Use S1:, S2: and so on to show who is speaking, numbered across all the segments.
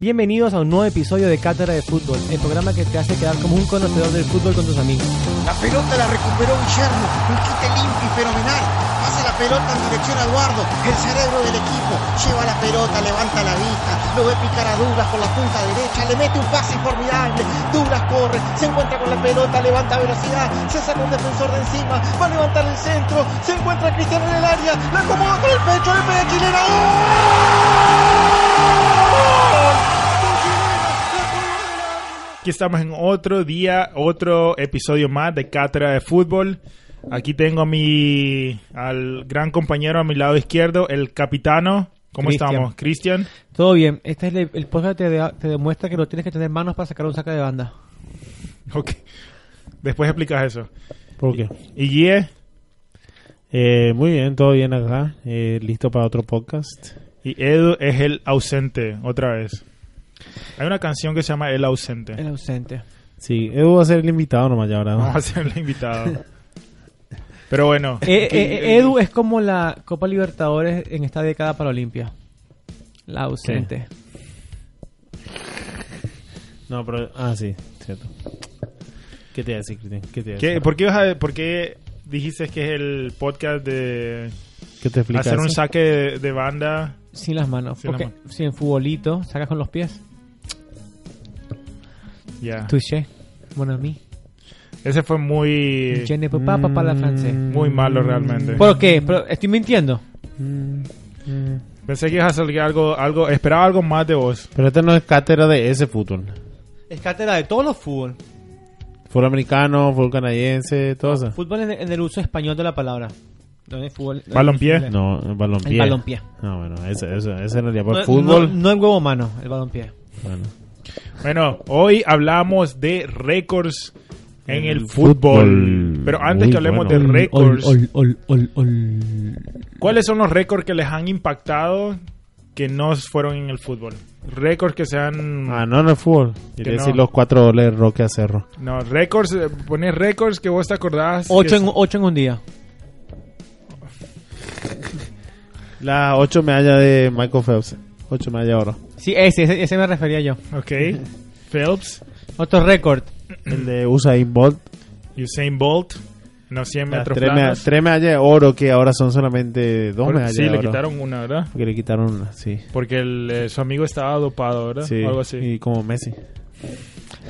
S1: Bienvenidos a un nuevo episodio de Cátedra de Fútbol, el programa que te hace quedar como un conocedor del fútbol con tus amigos.
S2: La pelota la recuperó Guillermo, un quite limpio y fenomenal. Pasa la pelota en dirección a Eduardo, el cerebro del equipo. Lleva la pelota, levanta la vista, lo ve picar a Douglas con la punta derecha, le mete un pase formidable. Douglas corre, se encuentra con la pelota, levanta velocidad, se saca un defensor de encima, va a levantar el centro, se encuentra Cristiano en el área, la acomoda con el pecho, le pega chilena. ¡Gol! ¡Gol chilena! La colgó del ángulo.
S3: Aquí estamos en otro día, otro episodio más de Cátedra de Fútbol. Aquí tengo a mi, al gran compañero a mi lado izquierdo, el capitano. ¿Cómo
S1: Cristian.
S3: estamos, Cristian?
S1: Todo bien, este es el, el podcast que te, da- te demuestra que no tienes que tener manos para sacar un saca de banda.
S3: Ok. Después explicas eso.
S4: ¿Por qué?
S3: Y Guille,
S4: Eh, muy bien, todo bien acá. Eh, listo para otro podcast.
S3: y Edu es el ausente, otra vez. Hay una canción que se llama El ausente.
S1: El ausente.
S4: Sí, Edu va a ser el invitado nomás ya ahora.
S3: Vamos a hacerle invitado. Pero bueno.
S1: Eh,
S3: aquí-
S1: eh, eh, Edu es como la Copa Libertadores en esta década para Olimpia. La ausente.
S4: No, pero... Ah, sí, cierto. ¿Qué te iba a decir, Cristian? ¿Qué te iba a
S3: ¿qué-
S4: decir?
S3: ¿Por, qué vas a- ¿Por qué dijiste que es el podcast de
S4: ¿Qué te explicas?
S3: hacer un saque de- de banda?
S1: Sin las manos.
S3: Sin las
S1: porque si en futbolito sacas con los pies.
S3: Ya.
S1: Ah. Touché. Bueno, a mí. Eh, mm.
S3: Ese fue muy,
S1: Je ne peux pas, papá, la francés.
S3: muy malo realmente.
S1: ¿Por qué? Pero estoy mintiendo.
S3: Pensé que ibas a salir algo, algo, esperaba algo más de vos.
S4: Pero este no es cátedra de ese fútbol.
S1: Es cátedra de todos los fútbol.
S4: Fútbol americano, fútbol canadiense, todo eso.
S1: Fútbol en, en el uso español de la palabra. No es fútbol. no
S3: Balompié.
S1: es fútbol.
S4: No, el balompié.
S1: El balompié.
S4: No, bueno, ese, ese, ese en realidad por
S1: No,
S4: fútbol.
S1: No, no el huevo humano, el balompié.
S4: Bueno.
S3: Bueno, hoy hablamos de récords en el
S4: El
S3: fútbol.
S4: fútbol.
S3: Pero antes
S4: Muy
S3: que hablemos
S4: bueno.
S3: de récords, ¿cuáles son los récords que les han impactado que no fueron en el fútbol? Récords que sean...
S4: Ah, no, no es fútbol.
S3: Que
S4: Quería
S3: no.
S4: decir los cuatro goles de Roque a Cerro.
S3: No, récords, eh, poner récords que vos te acordás. que
S1: Ocho en,
S3: es-
S1: ocho en un día.
S4: Las ocho medallas de Michael Phelps. Ocho medallas de oro.
S1: Sí, ese, ese, ese me refería yo.
S3: Ok. Phelps,
S1: Otro récord.
S4: El de Usain Bolt.
S3: Usain Bolt, no 100
S4: Las
S3: metros
S4: tres, meda-
S3: planos.
S4: tres medallas de oro que ahora son solamente dos medallas
S3: Sí,
S4: de
S3: le
S4: oro.
S3: quitaron una, ¿verdad?
S4: Porque le quitaron una, sí.
S3: Porque el, eh, su amigo estaba dopado, ¿verdad?
S4: sí.
S3: O algo así.
S4: Y como Messi.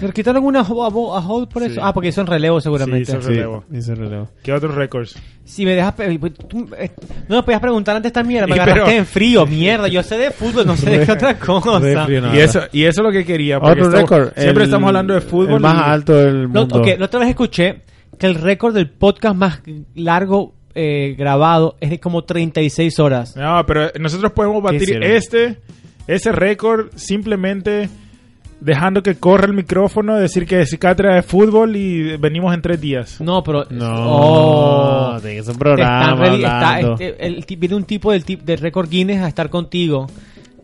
S1: ¿Le quitaron una jo- a, Bo- a Holt por eso?
S3: Sí.
S1: Ah, porque hizo en relevo seguramente.
S3: Sí, hizo-
S4: Sí,
S3: Relevo.
S4: hizo relevo.
S3: ¿Qué otros récords?
S1: Si me dejas... pe- pues, tú, eh, no me podías preguntar antes esta mierda. Me
S3: Y
S1: agarraste
S3: pero-
S1: en frío, mierda. Yo sé de fútbol, no sé de qué otra cosa.
S4: Refri, nada.
S3: Y eso, y eso es lo que quería. Ah, porque
S4: Otro
S3: estamos-
S4: récord.
S3: Siempre
S4: el-
S3: estamos hablando de fútbol.
S4: El más
S3: y-
S4: alto del
S1: Lo-
S4: mundo.
S1: ok, la otra vez escuché que el récord del podcast más largo eh, grabado es de como 36 horas.
S3: No, pero nosotros podemos batir
S4: hicieron?
S3: este, ese récord simplemente dejando que corra el micrófono, decir que es cátedra de fútbol y venimos en tres
S4: Mm.
S3: días.
S1: No, pero...
S4: No.
S1: Oh.
S4: de que es un
S1: Te están
S4: programa.
S1: revi- está,
S4: hablando.
S1: este, el, ti- viene un tipo del, tip, del récord Guinness a estar contigo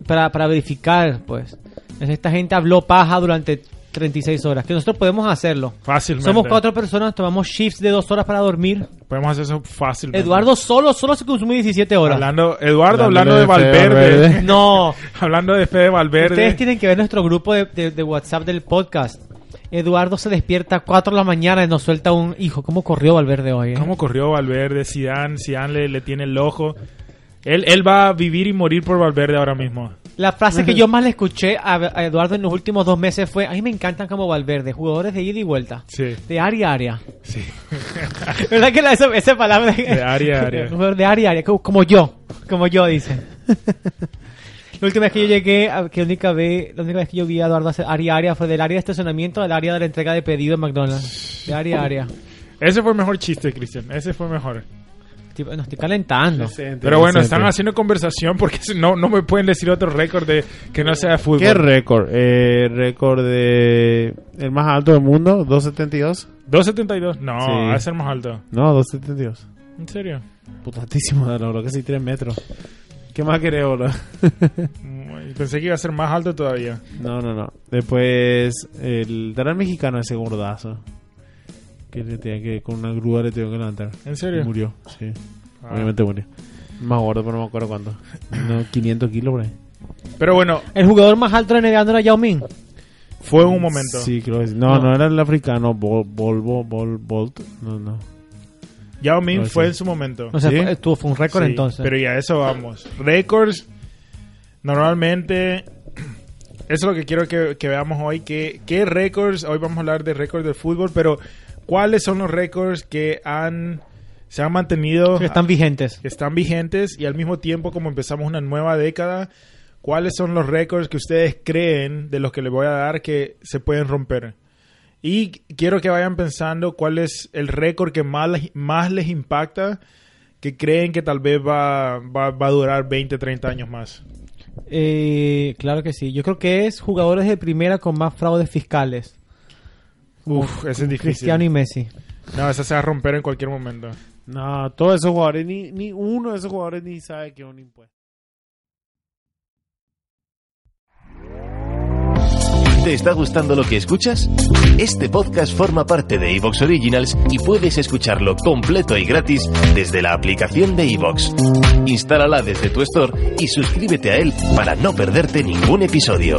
S1: para, para verificar, pues. Entonces, esta gente habló paja durante 36 horas, que nosotros podemos hacerlo.
S3: Fácilmente.
S1: Somos cuatro personas, tomamos shifts de dos horas para dormir.
S3: Podemos hacer eso fácilmente.
S1: Eduardo solo, solo se consumió 17 horas.
S3: Hablando, Eduardo hablando,
S4: Hablando
S3: de
S4: de Fede
S3: Valverde.
S4: Valverde.
S1: No.
S3: hablando de Fede Valverde.
S1: Ustedes tienen que ver nuestro grupo de, de- de WhatsApp del podcast. Eduardo se despierta a 4 de la mañana y nos suelta un hijo. ¿Cómo corrió Valverde hoy? eh?
S3: ¿Cómo corrió Valverde? Zidane, Zidane le, le tiene el ojo. Él, él va a vivir y morir por Valverde ahora mismo.
S1: La frase que yo más le escuché a, a Eduardo en los últimos dos meses fue: A mí me encantan como Valverde, jugadores de ida y vuelta.
S3: Sí,
S1: De área a área.
S3: sí.
S1: ¿Verdad que la- esa, esa palabra?
S3: De área a área.
S1: Jugador de área a área, como- como yo. Como yo, dicen. La última vez que yo llegué, a- que única vez, la única vez que yo vi a Eduardo hacer área a área fue del área de estacionamiento al área de la entrega de pedido en McDonald's. De área a área.
S3: Ese fue el mejor chiste, Cristian. Ese fue mejor.
S1: estoy, no estoy calentando.
S3: Pero bueno, están haciendo conversación porque si no, no me pueden decir otro récord de que no sea de fútbol.
S4: ¿Qué récord? Eh, récord de. El más alto del mundo, 272.
S3: 2.72. No,
S4: Sí.
S3: va a ser más alto.
S4: No, 272.
S3: ¿En serio?
S4: Putantísimo, boludo, casi 3 metros. ¿Qué más querés, boludo?
S3: Mm, Pensé que iba a ser más alto todavía.
S4: No, no, no. Después, el dragón mexicano ese gordazo. Que le tenía que, con una grúa le tengo que levantar.
S3: ¿En serio?
S4: Y murió, sí.
S3: Ah.
S4: Obviamente murió. Más gordo, pero no me acuerdo cuánto. No, 500 kilos, por ahí.
S3: Pero bueno,
S1: El jugador más alto de NBA no era Yao Ming.
S3: fue un momento.
S4: Sí, creo que sí. No,
S1: No.
S4: no, era el africano. Vol, Volvo, Vol, Bolt. No, no.
S3: Yao Ming
S4: No,
S3: fue
S4: sí.
S3: en su momento.
S1: No sé,
S4: ¿Sí?
S1: fue- estuvo- fue un récord
S3: Sí,
S1: entonces.
S3: Pero ya, eso vamos. Récords, normalmente, eso es lo que quiero que, que veamos hoy. Que, ¿Qué récords? Hoy vamos a hablar de récords del fútbol, pero ¿cuáles son los récords que han se han mantenido,
S1: Pero están vigentes.
S3: que están vigentes y al mismo tiempo como empezamos una nueva década? ¿Cuáles son los récords que ustedes creen de los que les voy a dar que se pueden romper? Y quiero que vayan pensando cuál es el récord que más, les- más les impacta, que creen que tal vez va, va, va a durar 20, 30 años más.
S1: Eh, claro que sí. Yo creo que es jugadores de primera con más fraudes fiscales.
S3: Uf, ese es difícil.
S1: Cristiano y Messi.
S3: No, esa se va a romper en cualquier momento.
S4: No, todos esos jugadores, ni, ni uno de esos jugadores ni sabe que es un impuesto.
S5: ¿Te está gustando lo que escuchas? Este podcast forma parte de Evox Originals y puedes escucharlo completo y gratis desde la aplicación de Evox. Instálala desde tu store y suscríbete a él para no perderte ningún episodio.